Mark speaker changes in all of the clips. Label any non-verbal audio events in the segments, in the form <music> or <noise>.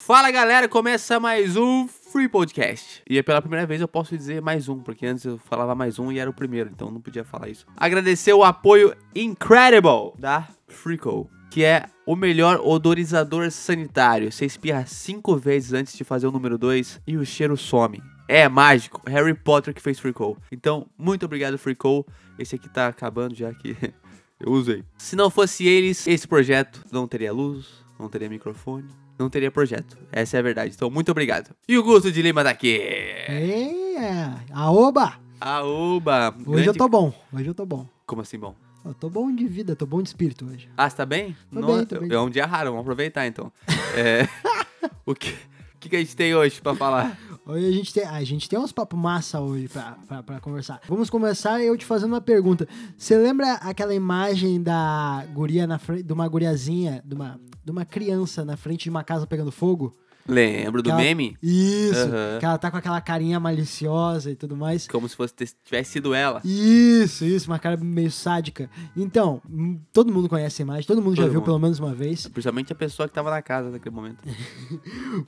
Speaker 1: Fala galera, começa mais um Free Podcast. E é pela primeira vez eu posso dizer mais um, porque antes eu falava mais um e era o primeiro, então não podia falar isso. Agradecer o apoio incredible da Freako, que é o melhor odorizador sanitário. Você espirra cinco vezes antes de fazer o número 2 e o cheiro some. É mágico, Harry Potter que fez Freako. Então, muito obrigado Freako. Esse aqui tá acabando já que <laughs> eu usei. Se não fosse eles, esse projeto não teria luz, não teria microfone, não teria projeto. Essa é a verdade. Então, muito obrigado. E o Gusto de Lima tá aqui.
Speaker 2: Ei, É. aoba!
Speaker 1: Aoba!
Speaker 2: Hoje eu
Speaker 1: É. Grande-
Speaker 2: tô bom, hoje eu tô bom.
Speaker 1: Como assim, bom?
Speaker 2: Eu tô bom de vida, tô bom de espírito hoje.
Speaker 1: Ah, você tá bem?
Speaker 2: Tô
Speaker 1: Não,
Speaker 2: bem, tô bem.
Speaker 1: É um dia raro, vamos aproveitar então. É, <laughs> o que, o que que a gente tem hoje pra falar?
Speaker 2: Hoje a gente tem, a gente tem uns papo massa hoje pra, pra, pra conversar. Vamos começar eu te fazendo uma pergunta. Você lembra aquela imagem da guria na frente, de uma guriazinha, de uma, de uma criança na frente de uma casa pegando fogo?
Speaker 1: Lembro do
Speaker 2: Aquela-
Speaker 1: meme?
Speaker 2: Isso,
Speaker 1: Aham.
Speaker 2: que ela tá com aquela carinha maliciosa e tudo mais.
Speaker 1: Como se fosse tivesse sido ela.
Speaker 2: Isso, isso, uma cara meio sádica. Então, hum, todo mundo conhece essa imagem, todo mundo já
Speaker 1: Todo
Speaker 2: viu
Speaker 1: mundo.
Speaker 2: pelo menos uma vez.
Speaker 1: Principalmente a pessoa que tava na casa naquele momento.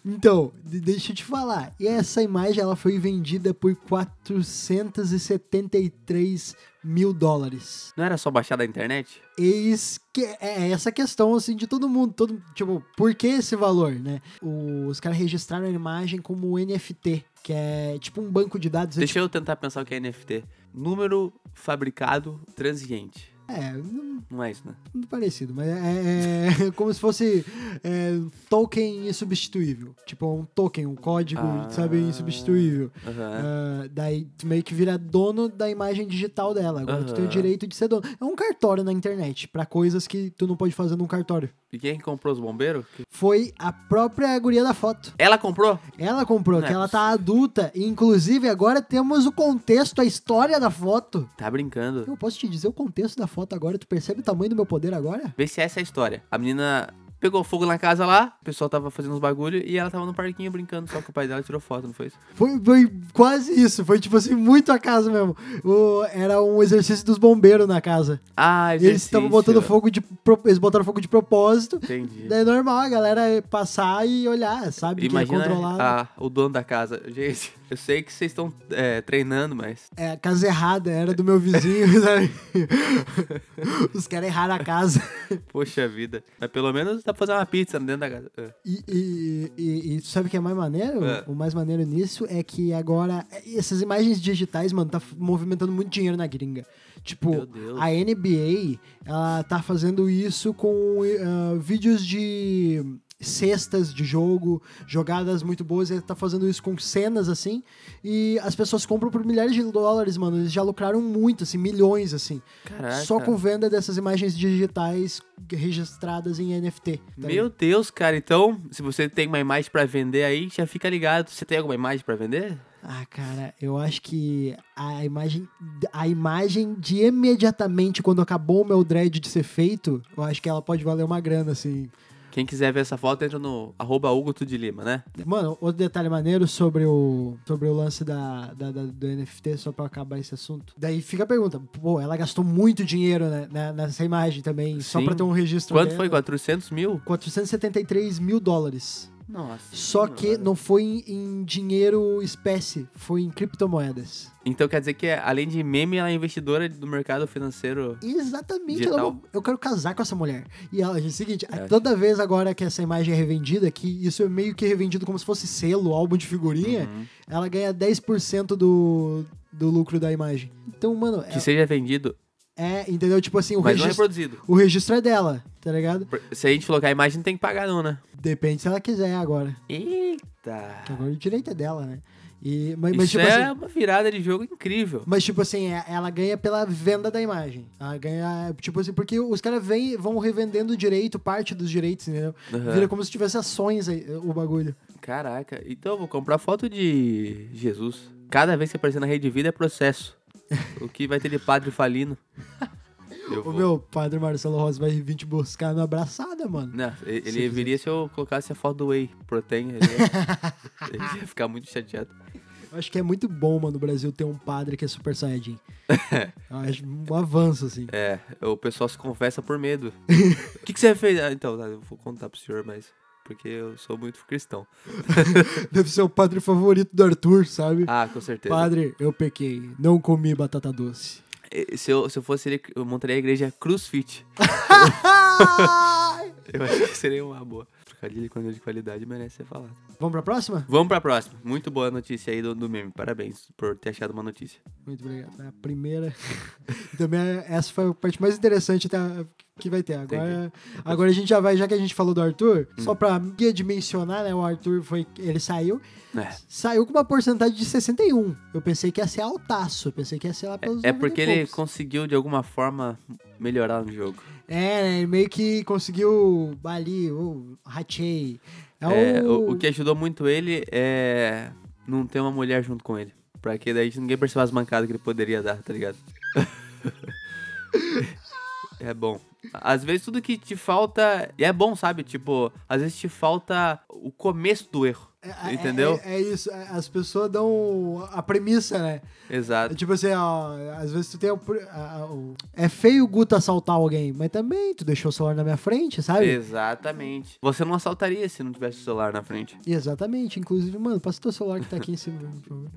Speaker 2: Então, de- deixa eu te falar. E essa imagem ela foi vendida por 473 mil dólares.
Speaker 1: Não era só baixar da internet?
Speaker 2: Eis que é essa questão assim de todo mundo, todo tipo, por que esse valor, né? O- os caras registraram a imagem como um NFT, que é tipo um banco de dados.
Speaker 1: Deixa eu tentar pensar o que é NFT. Número fabricado transiente.
Speaker 2: É, não,
Speaker 1: Não é isso, né?
Speaker 2: não parecido, mas é, é como se fosse é, token insubstituível, tipo um token, um código,
Speaker 1: Ah.
Speaker 2: sabe, insubstituível.
Speaker 1: Aham.
Speaker 2: Ah, daí tu meio que vira dono da imagem digital dela. Agora tu tem o
Speaker 1: Aham.
Speaker 2: direito de ser dono. É um cartório na internet, pra coisas que tu não pode fazer num cartório.
Speaker 1: E quem comprou os bombeiros?
Speaker 2: Foi a própria guria da foto.
Speaker 1: Ela comprou?
Speaker 2: Ela comprou,
Speaker 1: Não
Speaker 2: que
Speaker 1: é
Speaker 2: ela tá adulta. E, inclusive, agora temos o contexto, a história da foto.
Speaker 1: Tá brincando.
Speaker 2: Eu posso te dizer o contexto da foto agora? Tu percebe o tamanho do meu poder agora?
Speaker 1: Vê se essa é a história. A menina pegou fogo na casa lá, o pessoal tava fazendo uns bagulho e ela tava no parquinho brincando, só que o pai dela tirou foto, não foi isso?
Speaker 2: Foi, foi quase isso. Foi, tipo assim, muito a casa mesmo. O- era um exercício dos bombeiros na casa.
Speaker 1: Ah,
Speaker 2: Eles estavam botando fogo de... pro- Eles botaram fogo de propósito.
Speaker 1: Entendi.
Speaker 2: Daí É normal a galera passar e olhar, sabe? que é controlado.
Speaker 1: Imagina a- o dono da casa. Gente, eu sei que vocês estão é, treinando,
Speaker 2: <laughs>
Speaker 1: mas.
Speaker 2: É, a casa errada era do meu vizinho, <laughs> sabe? Os caras erraram a casa.
Speaker 1: Poxa vida. Mas pelo menos dá pra fazer uma pizza dentro da casa. É.
Speaker 2: E, e, e- e tu sabe o que é mais maneiro?
Speaker 1: É.
Speaker 2: O mais maneiro nisso é que agora essas imagens digitais, mano, tá f- movimentando muito dinheiro na gringa.
Speaker 1: Meu
Speaker 2: Tipo,
Speaker 1: Deus.
Speaker 2: a NBA, ela tá fazendo isso com ah, vídeos de cestas de jogo, jogadas muito boas, ela tá fazendo isso com cenas assim, e as pessoas compram por milhares de dólares, mano, eles já lucraram muito, assim, milhões, assim,
Speaker 1: Caraca.
Speaker 2: só com venda dessas imagens digitais registradas em NFT. tá
Speaker 1: Meu Deus, cara. Então, se você tem uma imagem pra vender aí, já fica ligado. Você tem alguma imagem pra vender?
Speaker 2: Ah, cara, eu acho que a imagem, a imagem de imediatamente quando acabou o meu dread de ser feito, eu acho que ela pode valer uma grana, assim.
Speaker 1: Quem quiser ver essa foto, entra no arroba Hugo Tudo de Lima, né?
Speaker 2: Mano, outro detalhe maneiro sobre o, sobre o lance da, da- da- do NFT, só pra acabar esse assunto. Daí fica a pergunta, pô, ela gastou muito dinheiro né, na- nessa imagem também, só
Speaker 1: Sim.
Speaker 2: pra ter um registro
Speaker 1: Quanto
Speaker 2: dela.
Speaker 1: foi? 400 mil?
Speaker 2: 473 mil dólares.
Speaker 1: Nossa.
Speaker 2: Só que
Speaker 1: senhora.
Speaker 2: não foi em, em dinheiro espécie, foi em criptomoedas.
Speaker 1: Então quer dizer que, além de meme, ela é investidora do mercado financeiro.
Speaker 2: Exatamente.
Speaker 1: Digital.
Speaker 2: ela- eu, quero casar com essa mulher. E ela, é o seguinte,
Speaker 1: É.
Speaker 2: toda vez agora que essa imagem é revendida, que isso é meio que revendido como se fosse selo, álbum de figurinha,
Speaker 1: Uhum.
Speaker 2: ela ganha 10% do, do lucro da imagem. Então, mano,
Speaker 1: Que
Speaker 2: é,
Speaker 1: seja vendido,
Speaker 2: é, entendeu? Tipo assim, o
Speaker 1: mas não é
Speaker 2: registro,
Speaker 1: produzido.
Speaker 2: o registro é dela, tá ligado?
Speaker 1: Se a gente colocar a imagem, não tem que pagar, não, né?
Speaker 2: Depende se ela quiser agora. Que
Speaker 1: Eita!
Speaker 2: agora o direito é dela, né? E, mas, mas,
Speaker 1: Isso
Speaker 2: tipo
Speaker 1: é
Speaker 2: assim,
Speaker 1: uma virada de jogo incrível.
Speaker 2: mas, tipo assim, é- ela ganha pela venda da imagem. Ela ganha, tipo assim, porque os caras vêm- vão revendendo o direito, parte dos direitos, entendeu?
Speaker 1: Aham.
Speaker 2: Vira como se tivesse ações aí, eh, o bagulho.
Speaker 1: Caraca, então eu vou comprar foto de Jesus. Cada vez que aparecer na rede de vida é
Speaker 2: <laughs>
Speaker 1: processo. o que vai ter de padre falino? Eu
Speaker 2: O
Speaker 1: vou.
Speaker 2: meu padre Marcelo Rosa vai vir te buscar na abraçada, mano.
Speaker 1: Não, e- ele
Speaker 2: Se
Speaker 1: viria se eu colocasse a foto do Whey Protein. Ele ia-
Speaker 2: <laughs>
Speaker 1: ele ia ficar muito chateado.
Speaker 2: Eu acho que é muito bom, mano, o Brasil ter um padre que é super saiyajin.
Speaker 1: <laughs>
Speaker 2: Eu acho um avanço, assim.
Speaker 1: É,
Speaker 2: <laughs>
Speaker 1: o pessoal se confessa por medo. O que, que você fez? Ah, então, tá, eu vou contar pro senhor, mas. porque eu sou muito cristão.
Speaker 2: Deve ser o padre favorito do Arthur, sabe?
Speaker 1: Ah, com certeza.
Speaker 2: Padre, eu pequei. Não comi
Speaker 1: <laughs>
Speaker 2: batata doce.
Speaker 1: Eh, Se eu, se eu fosse, ele, eu montaria a igreja CrossFit. Eu acho que seria uma boa. Trocadilho com nível de qualidade merece ser falado.
Speaker 2: Vamos pra próxima?
Speaker 1: Vamos pra próxima. Muito boa notícia aí do, do meme. Parabéns por ter achado uma notícia.
Speaker 2: Muito obrigado. É A primeira. <laughs> Também é, essa foi a parte mais interessante até a- que vai ter. Agora, agora a gente já vai, já que a gente falou do Arthur,
Speaker 1: Hum.
Speaker 2: só pra guia de mencionar, né? O Arthur foi. Ele saiu.
Speaker 1: É.
Speaker 2: Saiu com uma porcentagem de 61. Eu pensei que ia ser altaço. Eu pensei que ia ser lá pelos.
Speaker 1: É
Speaker 2: 90 e
Speaker 1: porque ele
Speaker 2: poucos.
Speaker 1: conseguiu, de alguma forma, melhorar no jogo.
Speaker 2: É, né, ele meio que conseguiu ali, o ratei. É,
Speaker 1: É,
Speaker 2: o,
Speaker 1: o, o que ajudou muito ele é não ter uma mulher junto com ele. Pra que daí ninguém perceba as mancadas que ele poderia dar, tá ligado? <laughs> é bom. Às vezes tudo que te falta. E é bom, sabe? Tipo, às vezes te falta o começo do erro.
Speaker 2: é- é-
Speaker 1: entendeu?
Speaker 2: É, é isso, é- as pessoas dão a premissa, né?
Speaker 1: Exato.
Speaker 2: Tipo assim, ó, às vezes tu tem o, pr- a- a- o- É feio o Guto assaltar alguém, mas também tu deixou o celular na minha frente, sabe?
Speaker 1: Exatamente. Você não assaltaria se não tivesse o celular na frente.
Speaker 2: Exatamente, inclusive, mano, passa o teu celular que tá aqui em cima. por favor.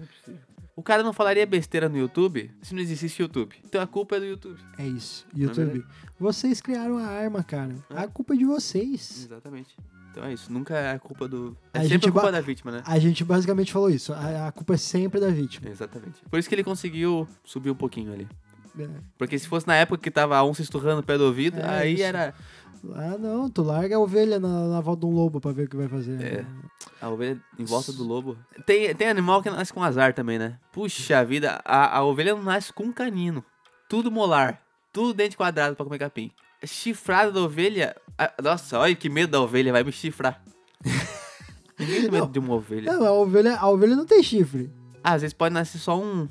Speaker 1: O cara não falaria besteira no YouTube se não existisse YouTube. Então a culpa é do YouTube.
Speaker 2: É isso,
Speaker 1: É
Speaker 2: YouTube.
Speaker 1: verdade.
Speaker 2: vocês criaram a arma, cara. A culpa é de vocês.
Speaker 1: Exatamente. Então é isso. Nunca é a culpa do. É
Speaker 2: A
Speaker 1: sempre
Speaker 2: gente
Speaker 1: a culpa
Speaker 2: ba-
Speaker 1: da vítima, né?
Speaker 2: A gente basicamente falou isso. A, a culpa é sempre da vítima.
Speaker 1: Ah. Exatamente. Por isso que ele conseguiu subir um pouquinho ali.
Speaker 2: É.
Speaker 1: Porque se fosse na época que tava um se esturrando o pé do ouvido,
Speaker 2: É,
Speaker 1: aí
Speaker 2: isso.
Speaker 1: era.
Speaker 2: Ah, não, tu larga a ovelha na, na volta de um lobo pra ver o que vai fazer.
Speaker 1: É. A ovelha em volta do lobo. Tem, tem animal que nasce com azar também, né? Puxa vida, a, a ovelha não nasce com um canino. Tudo molar. Tudo dente quadrado pra comer capim. Chifrada da ovelha. a- nossa, olha que medo da ovelha, vai me chifrar. <laughs> Ninguém tem medo
Speaker 2: Não.
Speaker 1: de uma ovelha.
Speaker 2: Não, a ovelha, a ovelha não tem chifre.
Speaker 1: Ah, às vezes pode nascer só um.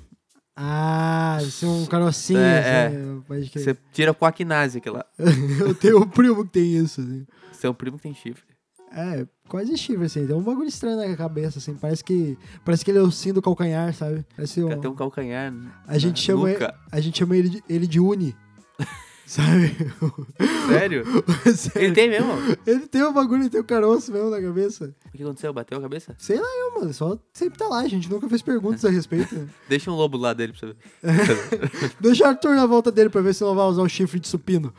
Speaker 2: Ah, isso é um carocinho.
Speaker 1: É,
Speaker 2: assim, Pode crer.
Speaker 1: Você tira com a quinase aqui lá.
Speaker 2: <laughs> Eu tenho um primo que tem isso, assim.
Speaker 1: Seu primo tem chifre.
Speaker 2: É, quase chifre, assim. Tem um bagulho estranho na cabeça, assim. Parece que. Parece que ele é o sim do calcanhar, sabe? Parece um,
Speaker 1: Tem um calcanhar.
Speaker 2: a, gente
Speaker 1: na
Speaker 2: chama ele,
Speaker 1: nuca.
Speaker 2: a gente chama ele de, ele
Speaker 1: <laughs>
Speaker 2: de Uni. sabe? <laughs>
Speaker 1: Sério?
Speaker 2: Sério.
Speaker 1: Ele tem mesmo?
Speaker 2: Ele tem um bagulho, ele tem um caroço mesmo na cabeça.
Speaker 1: O que aconteceu? Bateu a cabeça?
Speaker 2: Sei lá, eu, mano. Só sempre tá lá, a gente nunca fez perguntas
Speaker 1: <laughs>
Speaker 2: a respeito. né?
Speaker 1: Deixa um lobo lá dele pra você ver.
Speaker 2: Deixa o Arthur na volta dele pra ver se não vai usar o chifre de supino.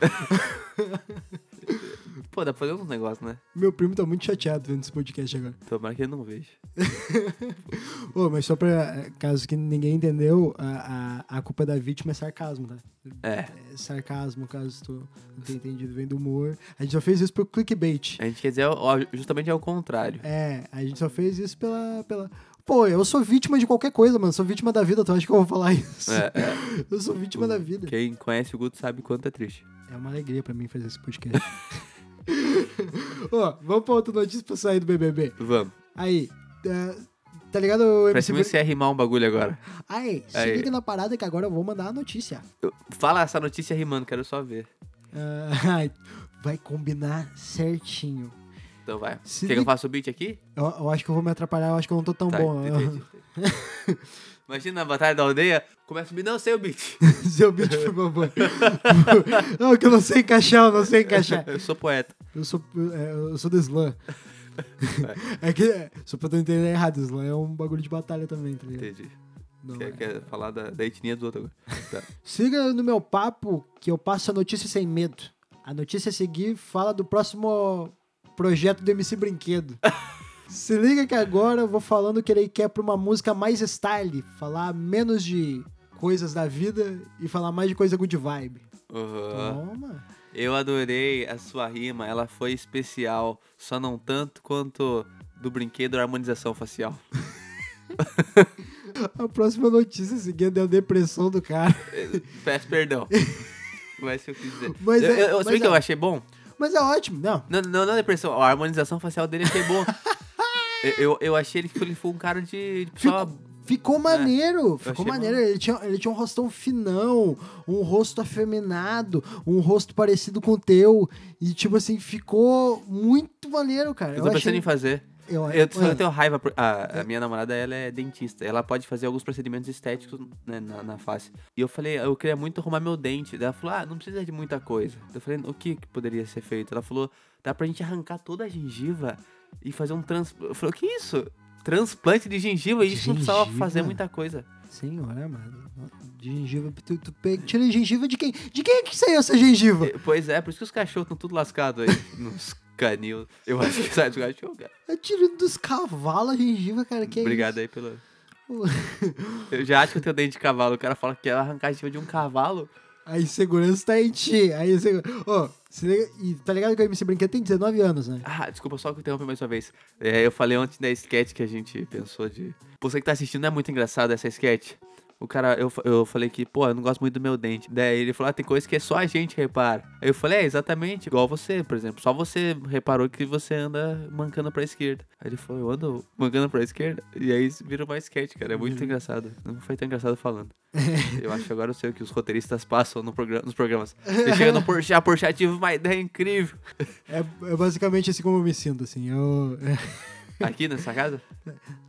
Speaker 1: Pô, dá pra fazer uns negócios, né?
Speaker 2: Meu primo tá muito chateado vendo esse podcast agora.
Speaker 1: Tomara que ele não veja.
Speaker 2: Ô, mas só pra é, caso que ninguém entendeu, a, a, a culpa da vítima é sarcasmo, tá?
Speaker 1: É,
Speaker 2: É sarcasmo, caso tu não tenha entendido, vem do humor. A gente só fez isso pro clickbait.
Speaker 1: a gente quer dizer é ó, justamente ao contrário.
Speaker 2: É, a gente só fez isso pela, pela. Pô, eu sou vítima de qualquer coisa, mano. Sou vítima da vida, tu acha que eu vou falar isso?
Speaker 1: É, é.
Speaker 2: <laughs> Eu sou vítima da vida.
Speaker 1: Quem conhece o Guto sabe quanto é triste.
Speaker 2: É uma alegria pra mim fazer esse podcast. <laughs> Ó, vamos pra outra notícia pra sair do BBB.
Speaker 1: Vamos.
Speaker 2: Aí, é, tá ligado? o
Speaker 1: Parece que
Speaker 2: MC
Speaker 1: você ia rimar um bagulho agora.
Speaker 2: Aí, se
Speaker 1: Aí.
Speaker 2: liga na parada que agora eu vou mandar a notícia.
Speaker 1: Eu- Fala essa notícia rimando, quero só ver.
Speaker 2: Ah, <laughs> vai combinar certinho.
Speaker 1: Então vai. Quer
Speaker 2: Se
Speaker 1: que eu
Speaker 2: liga-
Speaker 1: faça o beat aqui?
Speaker 2: Eu, eu acho que eu vou me atrapalhar, eu acho que eu não tô tão
Speaker 1: Tá,
Speaker 2: bom.
Speaker 1: entendi, entendi. Imagina na batalha da aldeia, começa a subir, não sei o
Speaker 2: <laughs>
Speaker 1: beat.
Speaker 2: Seu beat, por favor. <laughs> não, que eu não sei encaixar, eu não sei encaixar.
Speaker 1: Eu sou poeta.
Speaker 2: Eu sou, é, eu sou do slam. é que, é, só pra tu entender errado, slam é um bagulho de batalha também, tá ligado?
Speaker 1: Entendi.
Speaker 2: Não, é.
Speaker 1: Quer, quer falar da, da etnia do outro agora.
Speaker 2: <laughs>
Speaker 1: Tá.
Speaker 2: Siga no meu papo que eu passo a notícia sem medo. A notícia a seguir fala do próximo projeto do MC Brinquedo. Se liga que agora eu vou falando que ele quer pra uma música mais style, falar menos de coisas da vida e falar mais de coisa good vibe.
Speaker 1: Uhum.
Speaker 2: Tá Toma.
Speaker 1: Eu adorei a sua rima, ela foi especial, só não tanto quanto do brinquedo a harmonização facial.
Speaker 2: A próxima notícia é a seguir deu depressão do cara.
Speaker 1: Eh, Peço
Speaker 2: <laughs>
Speaker 1: perdão. Mas se eu quis dizer.
Speaker 2: Mas
Speaker 1: eu,
Speaker 2: é-
Speaker 1: eu- eu- sabe
Speaker 2: mas
Speaker 1: o que eu
Speaker 2: é.
Speaker 1: achei bom?
Speaker 2: Mas é ótimo, não.
Speaker 1: Não, não, não depressão, a harmonização facial dele achei
Speaker 2: <laughs>
Speaker 1: bom. Eu- eu, eu achei ele que ele foi um cara de. de pessoa-
Speaker 2: Ficou maneiro, ficou
Speaker 1: É. achei
Speaker 2: maneiro. Ele tinha, ele tinha um rostão finão, um rosto afeminado, um rosto parecido com o teu. E, tipo assim, ficou muito maneiro, cara.
Speaker 1: eu tô pensando em fazer.
Speaker 2: eu,
Speaker 1: Eu, tô- eu
Speaker 2: mano,
Speaker 1: tenho raiva. por- A, a minha namorada, ela é dentista. Ela pode fazer alguns procedimentos estéticos né, na, na face. E eu falei, eu queria muito arrumar meu dente. Daí Ela falou, ah, não precisa de muita coisa. Eu falei, o que, que poderia ser feito? Ela falou, dá pra gente arrancar toda a gengiva e fazer um transplante. Eu falei, o que é isso? Transplante de gengiva? A gente não precisava
Speaker 2: Gengiva?
Speaker 1: fazer muita coisa.
Speaker 2: Senhora, mano. De gengiva, tu, tu pega, tira a gengiva de quem? De quem é que saiu essa gengiva?
Speaker 1: Eh, Pois é, por isso que os cachorros estão tudo lascados aí <laughs> nos canil. Eu acho que sai dos cachorros, cara.
Speaker 2: É tiro dos cavalos a gengiva, cara. Que é
Speaker 1: Obrigado aí
Speaker 2: <laughs>
Speaker 1: pelo. Eu já acho que eu tenho dente de cavalo. O cara fala que quer arrancar a gengiva de um cavalo.
Speaker 2: A insegurança tá em ti. A insegu- Ô, se liga- e tá ligado que o MC Brinquedo tem 19 anos, né?
Speaker 1: Ah, desculpa, só que eu interrompi mais uma vez. É, eu falei ontem da sketch que a gente pensou de. Pô, Você que tá assistindo, é muito engraçado essa sketch. O cara, eu, fa- eu falei que, pô, eu não gosto muito do meu dente. Daí ele falou, ah, tem coisa que é só a gente repara. Aí eu falei, é, exatamente, igual você, por exemplo. Só você reparou que você anda mancando pra esquerda. Aí ele falou, eu ando mancando pra esquerda? E aí isso vira uma sketch, cara. É muito engraçado. Não foi tão engraçado falando. eu acho que agora eu sei o que os roteiristas passam no programa, nos programas. Ele chega no Porsche, a Porsche ativa uma ideia incrível.
Speaker 2: É, é basicamente assim como eu me sinto, assim. Eu.
Speaker 1: Aqui nessa casa?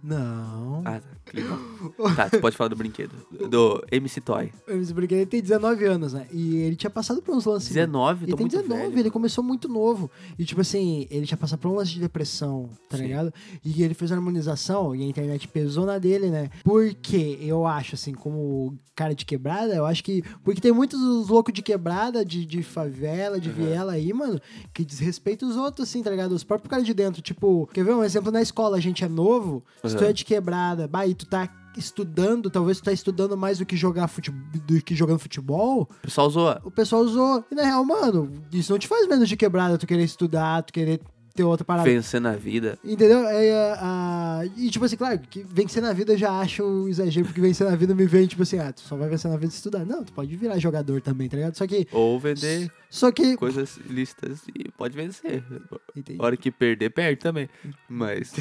Speaker 2: Não.
Speaker 1: Ah, tá. Clica. <laughs> Tá, tu pode falar do brinquedo. Do MC Toy.
Speaker 2: O MC Brinquedo tem 19 anos, né? E ele tinha passado por uns lances.
Speaker 1: 19,
Speaker 2: Ele
Speaker 1: tô
Speaker 2: tem né?
Speaker 1: muito
Speaker 2: 19,
Speaker 1: velho.
Speaker 2: ele começou muito novo. E, tipo assim, ele tinha passado por um lance de depressão, tá
Speaker 1: Sim.
Speaker 2: ligado? E ele fez a harmonização e a internet pesou na dele, né? Porque eu acho, assim, como cara de quebrada, eu acho que. Porque tem muitos loucos de quebrada, de, de favela, de viela aí, mano, que desrespeita os outros, assim, tá ligado? Os próprios caras de dentro. Tipo, quer ver um exemplo? Na escola, a gente é novo, se tu
Speaker 1: Uhum.
Speaker 2: é de quebrada, bah, e tu tá estudando, talvez tu tá estudando mais do que jogar futebol, do que jogando futebol,
Speaker 1: O pessoal zoa.
Speaker 2: o pessoal usou. E na real, mano, isso não te faz menos de quebrada, tu querer estudar, tu querer ter outra parada.
Speaker 1: Vencer na vida.
Speaker 2: Entendeu? É, é, a- E tipo assim, claro, que vencer na vida eu já acho um exagero, porque vencer na vida me vem, tipo assim, ah, tu só vai vencer na vida se estudar. Não, tu pode virar jogador também, tá ligado? Só que.
Speaker 1: Ou vender
Speaker 2: Só que.
Speaker 1: coisas listas e pode vencer.
Speaker 2: Entendi.
Speaker 1: Hora que perder, perde também. Mas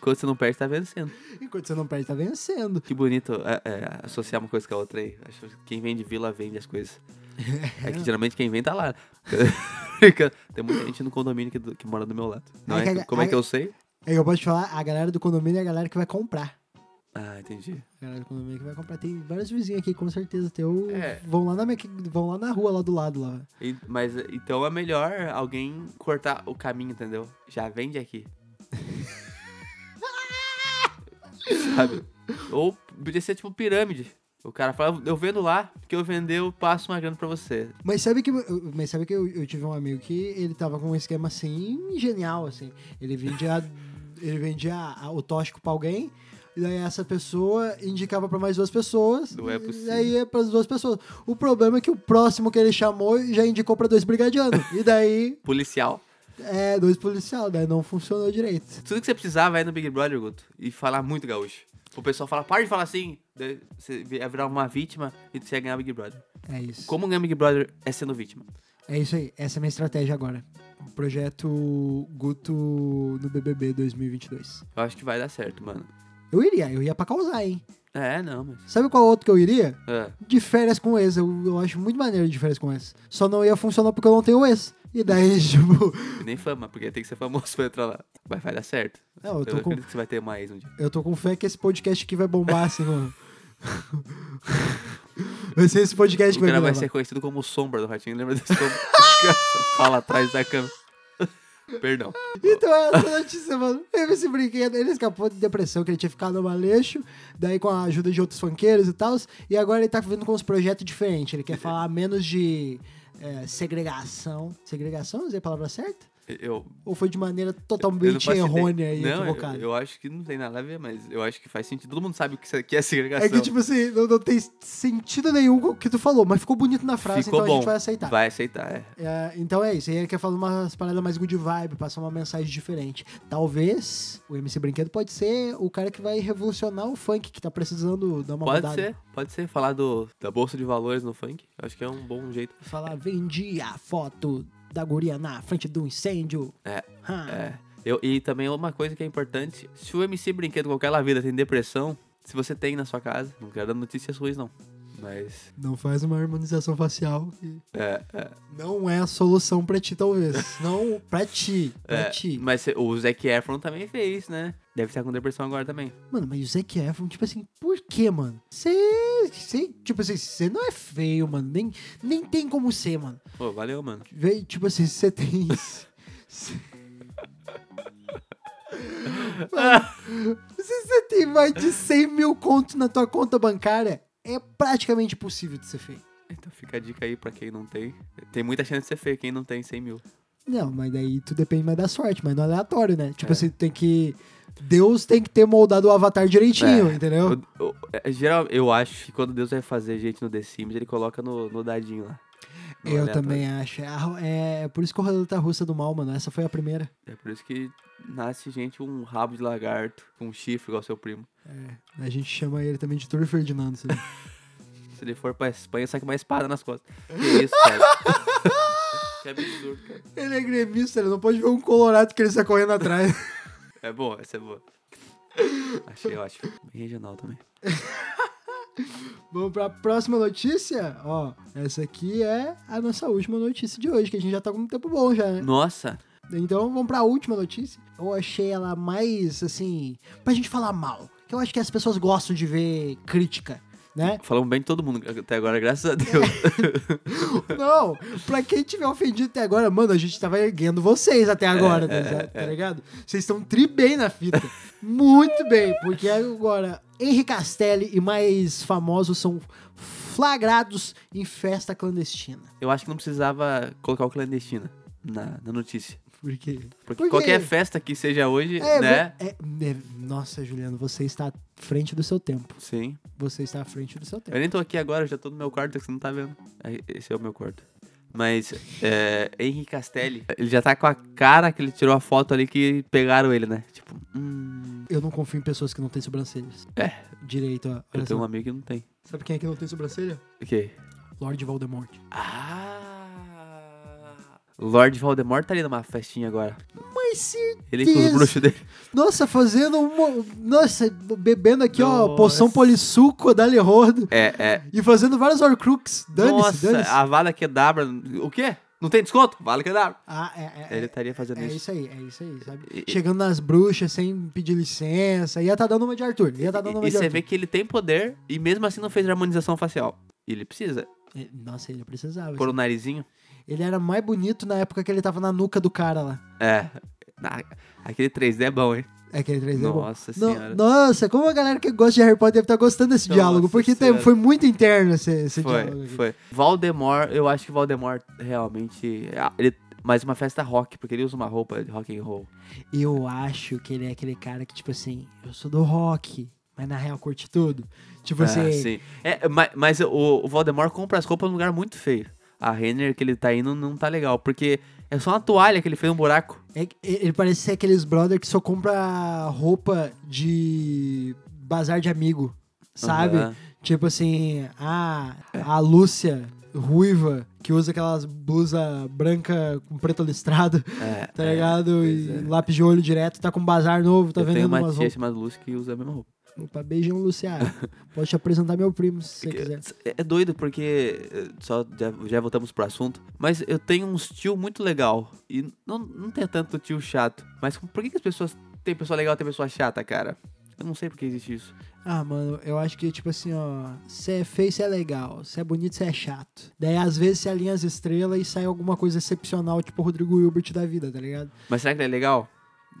Speaker 1: quando você não perde, tá vencendo.
Speaker 2: Enquanto você não perde, tá vencendo.
Speaker 1: Que bonito é, é, associar uma coisa com a outra aí. Acho que quem vem de vila vende as
Speaker 2: <laughs>
Speaker 1: coisas. É que geralmente quem vem tá lá. <laughs> Tem muita gente no condomínio que, que mora do meu lado. Não
Speaker 2: Ai,
Speaker 1: é-
Speaker 2: cara,
Speaker 1: como é
Speaker 2: ai.
Speaker 1: que eu sei?
Speaker 2: Aí eu posso te falar, a galera do condomínio é a galera que vai comprar.
Speaker 1: Ah, entendi.
Speaker 2: A galera do condomínio é que vai comprar. Tem vários vizinhos aqui, com certeza. Teu.
Speaker 1: É.
Speaker 2: Vão, lá na minha- vão lá na rua, lá do lado lá.
Speaker 1: E- mas então é melhor alguém cortar o caminho, entendeu? Já vende aqui. Sabe? Ou podia ser tipo pirâmide. O cara fala, eu vendo lá, que eu vender, eu passo uma grana pra você.
Speaker 2: Mas sabe que, mas sabe que eu, eu tive um amigo que ele tava com um esquema assim, genial, assim. Ele vendia, <laughs> ele vendia a- o tóxico pra alguém, e daí essa pessoa indicava pra mais duas pessoas.
Speaker 1: Não é
Speaker 2: E
Speaker 1: possível.
Speaker 2: daí é pras duas pessoas. O problema é que o próximo que ele chamou já indicou pra
Speaker 1: <laughs>
Speaker 2: dois brigadianos. e daí,
Speaker 1: Policial.
Speaker 2: é, dois policial, daí não funcionou direito.
Speaker 1: Tudo que você precisava é ir no Big Brother, Guto, e falar muito gaúcho. O pessoal fala, para de falar assim, daí você ia virar uma vítima e você ia ganhar Big Brother.
Speaker 2: É isso.
Speaker 1: Como ganhar Big Brother é sendo vítima?
Speaker 2: É isso aí. Essa é a minha estratégia agora. Projeto Guto no BBB 2022.
Speaker 1: Eu acho que vai dar certo, mano.
Speaker 2: Eu iria, eu ia pra causar, hein?
Speaker 1: É, não, mas...
Speaker 2: Sabe qual outro que eu iria?
Speaker 1: É.
Speaker 2: De férias com ex, eu, eu acho muito maneiro de férias com ex. Só não ia funcionar porque eu não tenho ex. E daí, <laughs> tipo,
Speaker 1: E nem fama, porque tem que ser famoso <laughs> pra entrar lá. Mas vai dar certo.
Speaker 2: Não, eu tô com-
Speaker 1: acredito que você vai ter uma ex um dia.
Speaker 2: eu tô com fé que esse podcast aqui vai bombar, assim, mano. <laughs> Vai ser esse podcast
Speaker 1: O
Speaker 2: que vai
Speaker 1: cara vai
Speaker 2: bombar.
Speaker 1: ser conhecido como o Sombra do Ratinho. Lembra desse <laughs> Sombra? O cara só Fala atrás da câmera. <laughs> Perdão.
Speaker 2: Então é essa notícia, mano. Teve esse brinquedo, ele escapou de depressão, que ele tinha ficado no maleixo, daí com a ajuda de outros funkeiros e tal, e agora ele tá vindo com uns projetos diferentes. Ele quer falar menos de é, segregação. Segregação, usei a palavra certa?
Speaker 1: Eu,
Speaker 2: Ou foi de maneira
Speaker 1: eu não
Speaker 2: totalmente
Speaker 1: faço
Speaker 2: errônea
Speaker 1: ideia.
Speaker 2: e
Speaker 1: Não, eu,
Speaker 2: equivocada?
Speaker 1: eu acho que não tem nada a ver, mas eu acho que faz sentido. Todo mundo sabe o que isso aqui é segregação.
Speaker 2: É que, tipo assim, não, não tem sentido nenhum com o que tu falou, mas ficou bonito na frase,
Speaker 1: Ficou
Speaker 2: então a
Speaker 1: bom.
Speaker 2: gente vai aceitar.
Speaker 1: Vai aceitar, é.
Speaker 2: É, então é isso, aí ele quer falar umas paradas mais good vibe, passar uma mensagem diferente. Talvez o MC Brinquedo pode ser o cara que vai revolucionar o funk, que tá precisando dar uma
Speaker 1: Pode
Speaker 2: mudada.
Speaker 1: ser, pode ser. Falar do, da bolsa de valores no funk. Eu acho que é um bom jeito.
Speaker 2: Falar, vendi a foto da guria na frente do incêndio.
Speaker 1: É,
Speaker 2: Ah,
Speaker 1: É. Eu, e também uma coisa que é importante: se o MC Brinquedo qualquer lá vida tem depressão, se você tem na sua casa, não quero dar notícias ruins, não. Mas.
Speaker 2: Não faz uma harmonização facial. que
Speaker 1: É, é,
Speaker 2: Não é a solução pra ti, talvez. não, pra ti, pra
Speaker 1: é.
Speaker 2: ti.
Speaker 1: Mas se- o Zac Efron também fez, né? Deve estar com depressão agora também.
Speaker 2: Mano, mas o Zac Efron, tipo assim, por que, mano? Você. Tipo assim, você não é feio, mano. Nem, nem tem como ser, mano.
Speaker 1: Pô, valeu, mano.
Speaker 2: Vê, Tipo assim, você tem. <laughs> Se você tem mais de 100 mil contos na tua conta bancária, é praticamente impossível de ser feio.
Speaker 1: Então fica a dica aí pra quem não tem. Tem muita chance de ser feio quem não tem 100 mil.
Speaker 2: Não, mas daí tu depende mais da sorte, mas não é aleatório, né? Tipo assim, tu tem que. Deus tem que ter moldado o avatar direitinho,
Speaker 1: É.
Speaker 2: entendeu?
Speaker 1: Eu, eu- é, geral, eu acho que quando Deus vai fazer gente no The Sims, ele coloca no, no dadinho lá. No
Speaker 2: Eu
Speaker 1: aleatório.
Speaker 2: também acho. É, a ro- é por isso que o roleta russa do mal, mano. Essa foi a primeira.
Speaker 1: É por isso que nasce gente um rabo de lagarto, com um chifre igual seu primo.
Speaker 2: A gente chama ele também de Toro Ferdinando. sabe?
Speaker 1: Se ele for pra Espanha, sai com uma espada nas costas. Que isso, cara. que absurdo, cara.
Speaker 2: <laughs> ele é gremista, ele não pode ver um colorado que ele sai correndo atrás.
Speaker 1: É boa, essa é boa. Achei ótimo. Bem regional também.
Speaker 2: <laughs> Vamos pra próxima notícia? Ó, essa aqui é a nossa última notícia de hoje, que a gente já tá com um tempo bom já, né?
Speaker 1: Nossa,
Speaker 2: Então vamos pra última notícia. Eu achei ela mais, assim, pra gente falar mal. Que eu acho que as pessoas gostam de ver crítica, né?
Speaker 1: falamos bem de todo mundo até agora, graças a Deus.
Speaker 2: Não, pra quem tiver ofendido até agora, mano, a gente tava erguendo vocês até agora,
Speaker 1: É,
Speaker 2: tá, ligado? Tá ligado? Vocês estão tri bem na fita. Muito bem, porque agora Henri Castelli e mais famosos são flagrados em festa clandestina.
Speaker 1: Eu acho que não precisava colocar o clandestina na, na notícia.
Speaker 2: Por quê?
Speaker 1: Porque
Speaker 2: Por quê?
Speaker 1: qualquer festa que seja hoje,
Speaker 2: É,
Speaker 1: né?
Speaker 2: vo- é- é- nossa, Juliano, você está à frente do seu tempo.
Speaker 1: Sim.
Speaker 2: Você está à frente do seu tempo.
Speaker 1: Eu nem tô aqui agora, eu já tô no meu quarto, que você não tá vendo. Aí, Esse é o meu quarto. Mas, é, Henri Castelli, ele já tá com a cara que ele tirou a foto ali que pegaram ele, né? Tipo, hum.
Speaker 2: Eu não confio em pessoas que não têm sobrancelhas.
Speaker 1: É.
Speaker 2: Direito a.
Speaker 1: Eu tenho um amigo que não tem.
Speaker 2: Sabe quem é que não tem sobrancelha?
Speaker 1: Ok.
Speaker 2: Lord Voldemort.
Speaker 1: Ah! Lord Voldemort tá ali numa festinha agora.
Speaker 2: Mas se.
Speaker 1: Ele com os
Speaker 2: Isso.
Speaker 1: bruxos dele.
Speaker 2: Nossa, fazendo uma. Nossa, bebendo aqui, ó,
Speaker 1: Nossa.
Speaker 2: poção polissuco da Lerordo.
Speaker 1: É, é.
Speaker 2: E fazendo vários Horcrux. Dane-se,
Speaker 1: Nossa,
Speaker 2: dane-se.
Speaker 1: a Vale Kedabra. O quê? Não tem desconto? Vale Kedabra.
Speaker 2: Ah, é, é,
Speaker 1: Ele
Speaker 2: é,
Speaker 1: estaria fazendo
Speaker 2: é
Speaker 1: isso.
Speaker 2: isso aí, é isso aí, sabe?
Speaker 1: E- e-
Speaker 2: Chegando nas bruxas sem pedir licença. Ia tá dando uma de Arthur. Ia tá dando uma
Speaker 1: E, e
Speaker 2: de
Speaker 1: você
Speaker 2: Arthur.
Speaker 1: vê que ele tem poder e mesmo assim não fez harmonização facial. Ele precisa.
Speaker 2: É, Nossa, ele precisava.
Speaker 1: Por o narizinho.
Speaker 2: Ele era mais bonito na época que ele tava na nuca do cara lá.
Speaker 1: É. Na- aquele 3D é bom, hein?
Speaker 2: É Aquele 3D bom.
Speaker 1: Nossa
Speaker 2: No-
Speaker 1: senhora.
Speaker 2: nossa, como a galera que gosta de Harry Potter deve estar gostando desse
Speaker 1: Nossa
Speaker 2: diálogo, porque tem-
Speaker 1: Senhora.
Speaker 2: foi muito interno esse, esse diálogo.
Speaker 1: Foi,
Speaker 2: aqui.
Speaker 1: foi. Valdemar, eu acho que Valdemar realmente. ah, Ele, mas uma festa rock, porque ele usa uma roupa de rock and roll.
Speaker 2: Eu acho que ele é aquele cara que, tipo assim, eu sou do rock, mas na real curte tudo. Tipo
Speaker 1: Ah,
Speaker 2: assim,
Speaker 1: sim. É, ma- mas, o, o Valdemar compra as roupas num lugar muito feio. A Renner que ele tá indo não tá legal, porque é só uma toalha que ele fez um buraco.
Speaker 2: é- ele parece ser aqueles brother que só compra roupa de bazar de amigo, sabe?
Speaker 1: Aham.
Speaker 2: Tipo assim, a, a Lúcia ruiva, que usa aquelas blusa branca com preto listrado,
Speaker 1: É,
Speaker 2: tá
Speaker 1: é.
Speaker 2: ligado?
Speaker 1: pois
Speaker 2: E
Speaker 1: é.
Speaker 2: lápis de olho direto, tá com um bazar novo, tá
Speaker 1: eu tenho
Speaker 2: vendendo
Speaker 1: uma
Speaker 2: umas
Speaker 1: tia
Speaker 2: roupas.
Speaker 1: chamada Luz que usa a mesma roupa.
Speaker 2: Opa, beijão,
Speaker 1: <laughs>
Speaker 2: Luciano. Posso te apresentar meu primo, se você quiser.
Speaker 1: É, é doido porque. eh, Só já, já voltamos pro assunto. Mas eu tenho uns tio muito legal. E não, não tem tanto tio chato. Mas por que, que as pessoas. Tem pessoa legal e tem pessoa chata, cara? Eu não sei por que existe isso.
Speaker 2: Ah, mano, eu acho que, tipo assim, ó, você é feio, você é legal, você é bonito, você é chato. Daí, às vezes, você alinha as estrelas e sai alguma coisa excepcional, tipo o Rodrigo Hilbert da vida, tá ligado?
Speaker 1: Mas será que ele é legal?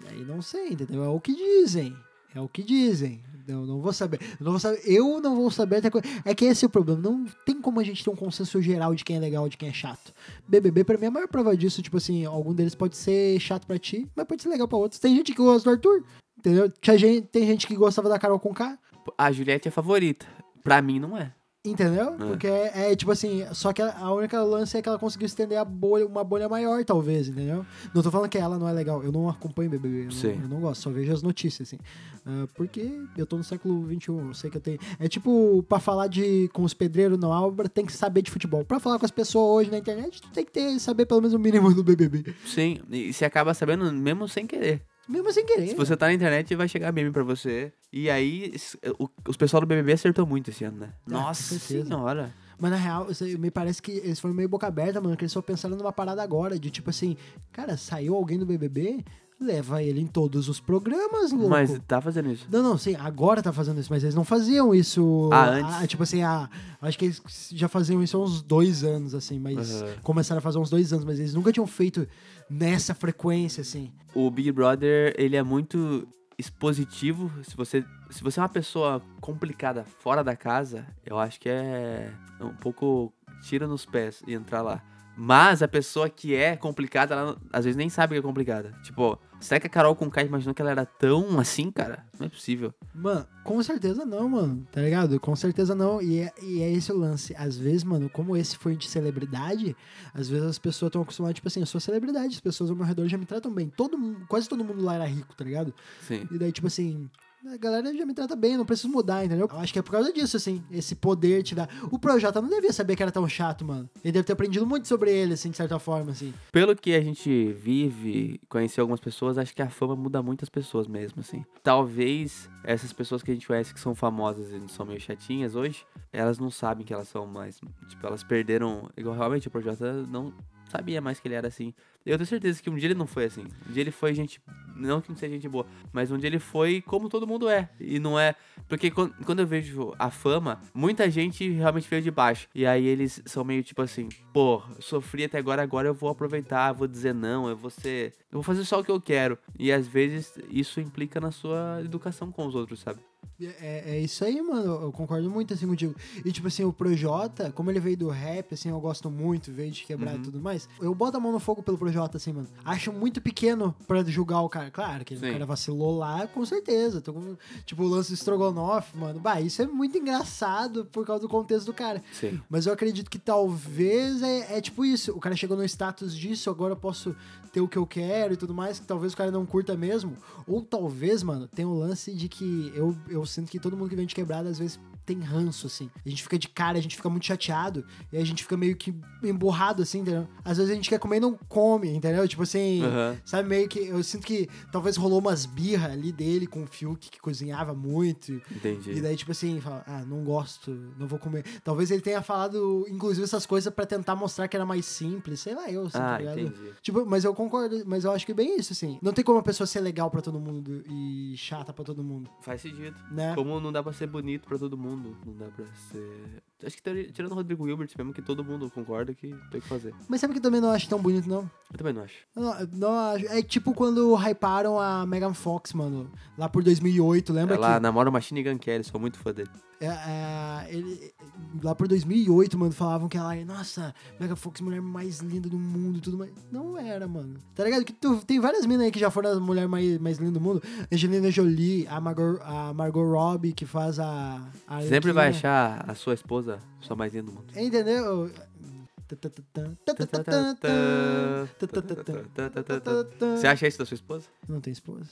Speaker 2: Daí não sei, entendeu? É o que dizem. É o que dizem. Eu não vou saber. Eu não vou saber, eu não vou saber até quando. É que esse é o problema. Não tem como a gente ter um consenso geral de quem é legal e de quem é chato. BBB, pra mim, é a maior prova disso. Tipo assim, algum deles pode ser chato pra ti, mas pode ser legal pra outros. Tem gente que gosta do Arthur, entendeu? Tinha gente- Tem gente que gostava da Carol Conká,
Speaker 1: A Juliette é a favorita. Pra mim, não é.
Speaker 2: entendeu? Porque é, é, tipo assim, só que a a única lance é que ela conseguiu estender a bolha, uma bolha maior, talvez, entendeu? Não tô falando que ela não é legal. Eu não acompanho BBB. Eu não,
Speaker 1: Sim.
Speaker 2: eu não gosto, só vejo as notícias, assim. Ah, porque eu tô no século XXI, eu sei que eu tenho. É tipo, pra falar de com os pedreiros na obra, tem que saber de futebol. Pra falar com as pessoas hoje na internet, tu tem que ter, saber pelo menos o mínimo do BBB.
Speaker 1: Sim, e você acaba sabendo mesmo sem querer.
Speaker 2: Mesmo sem querer.
Speaker 1: Se você tá na internet, vai chegar meme pra você. E aí, s- o- os pessoal do BBB acertou muito esse ano, né? Nossa
Speaker 2: Ah, certeza.
Speaker 1: senhora.
Speaker 2: Mas na real, isso aí me parece que eles foram meio boca aberta, mano, que eles só pensaram numa parada agora, de tipo assim, cara, saiu alguém do BBB, leva ele em todos os programas, louco.
Speaker 1: Mas tá fazendo isso.
Speaker 2: Não, não, sim, agora tá fazendo isso, mas eles não faziam isso.
Speaker 1: Ah, antes?
Speaker 2: tipo assim, ah, acho que eles já faziam isso há uns dois anos, assim, mas.
Speaker 1: Aham.
Speaker 2: Começaram a fazer há uns dois anos, mas eles nunca tinham feito nessa frequência, assim.
Speaker 1: O Big Brother, ele é muito expositivo. Se você, se você é uma pessoa complicada fora da casa, eu acho que é um pouco tira nos pés e entrar lá. Mas a pessoa que é complicada, ela às vezes nem sabe que é complicada. Tipo, ó, será que a Carol com imaginou que ela era tão assim, cara? Não é possível.
Speaker 2: Mano, com certeza não, mano. Tá ligado? Com certeza não. E é, e é esse o lance. Às vezes, mano, como esse foi de celebridade, às vezes as pessoas estão acostumadas, tipo assim, eu sou celebridade, as pessoas ao meu redor já me tratam bem. Todo, mundo- quase todo mundo lá era rico, tá ligado?
Speaker 1: Sim.
Speaker 2: E daí, tipo assim. A galera já me trata bem, não preciso mudar, entendeu? Eu acho que é por causa disso, assim, esse poder te dá. O Projota não devia saber que era tão chato, mano. Ele deve ter aprendido muito sobre ele, assim, de certa forma, assim.
Speaker 1: Pelo que a gente vive, conhecer algumas pessoas, acho que a fama muda muitas pessoas mesmo, assim. Talvez essas pessoas que a gente conhece que são famosas e são meio chatinhas hoje, elas não sabem que elas são mais. Tipo, elas perderam. Igual realmente o Projota não sabia mais que ele era assim. Eu tenho certeza que um dia ele não foi assim. Um dia ele foi gente. Não que não seja gente boa, mas um dia ele foi como todo mundo é. E não é. Porque quan- quando eu vejo a fama, muita gente realmente veio de baixo. E aí eles são meio tipo assim: pô, sofri até agora, agora eu vou aproveitar, eu vou dizer não, eu vou ser. Eu vou fazer só o que eu quero. E às vezes isso implica na sua educação com os outros, sabe?
Speaker 2: É, é isso aí, mano. Eu concordo muito assim contigo. E tipo assim, o Projota, como ele veio do rap, assim, eu gosto muito, veio de quebrar e tudo mais. Eu boto a mão no fogo pelo Projota, assim, mano. Acho muito pequeno pra julgar o cara. Claro que
Speaker 1: Sim.
Speaker 2: o cara vacilou lá, com certeza. Tô com- tipo, o lance do Strogonoff, mano. Bah, isso é muito engraçado por causa do contexto do cara.
Speaker 1: Sim.
Speaker 2: Mas eu acredito que talvez é, é tipo isso. O cara chegou no status disso, agora eu posso ter o que eu quero e tudo mais, que talvez o cara não curta mesmo. Ou talvez, mano, tem um lance de que eu, eu sinto que todo mundo que vem de quebrada às vezes tem ranço, assim. A gente fica de cara, a gente fica muito chateado, e a gente fica meio que emburrado, assim, entendeu? Às vezes a gente quer comer e não come, entendeu? Tipo assim.
Speaker 1: Aham.
Speaker 2: Sabe, meio que eu sinto que talvez rolou umas birra ali dele com o Fiuk que cozinhava muito e
Speaker 1: Entendi.
Speaker 2: daí, tipo assim, fala, ah, não gosto, não vou comer. Talvez ele tenha falado, inclusive, essas coisas pra tentar mostrar que era mais simples, sei lá, eu, assim, tá
Speaker 1: Ah,
Speaker 2: ligado?
Speaker 1: entendi.
Speaker 2: Tipo, mas eu concordo, mas eu acho que é bem isso, assim. Não tem como a pessoa ser legal pra todo mundo e chata pra todo mundo,
Speaker 1: Faz sentido.
Speaker 2: né?
Speaker 1: Como não dá pra ser bonito pra todo mundo, não dá pra ser. Acho que teoria- tirando o Rodrigo Hilbert mesmo, que todo mundo concorda que tem que fazer.
Speaker 2: Mas sabe que eu também não acho tão bonito, não?
Speaker 1: Eu também não acho.
Speaker 2: Eu Não, eu não acho- é tipo quando hyparam a Megan Fox, mano, lá por 2008, lembra
Speaker 1: Ela
Speaker 2: que...
Speaker 1: namora o Machine Gun Kelly, sou muito fã dele.
Speaker 2: É, é, ele- lá por 2008, mano, falavam que ela era, nossa, Mega Fox, mulher mais linda do mundo e tudo mais. Não era, mano. Tá ligado? Que tu- tem várias minas aí que já foram as mulheres mais, mais lindas do mundo. Angelina Jolie, a Margot, a Margot Robbie, que faz a. a
Speaker 1: Sempre vai
Speaker 2: Arlequina.
Speaker 1: achar a sua esposa sua mais linda do mundo.
Speaker 2: Entendeu? Tatatã, tatatã, tatatã, tatatã.
Speaker 1: Você acha isso da sua esposa?
Speaker 2: Não tem esposa?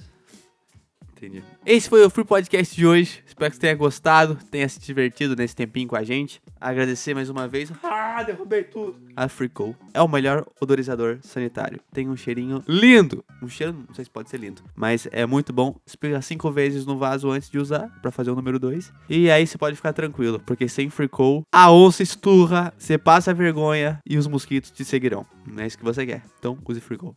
Speaker 1: Entendi. Esse foi o Free Podcast de hoje. Espero que você tenha gostado, tenha se divertido nesse tempinho com a gente. Agradecer mais uma vez. Ah, derrubei tudo. A Freecall é o melhor odorizador sanitário. Tem um cheirinho lindo. Um cheiro, não sei se pode ser lindo, mas é muito bom. Espirra cinco vezes no vaso antes de usar pra fazer o número dois. E aí você pode ficar tranquilo, porque sem Freecall a onça esturra, você passa vergonha e os mosquitos te seguirão. Não é isso que você quer. Então use Freecall.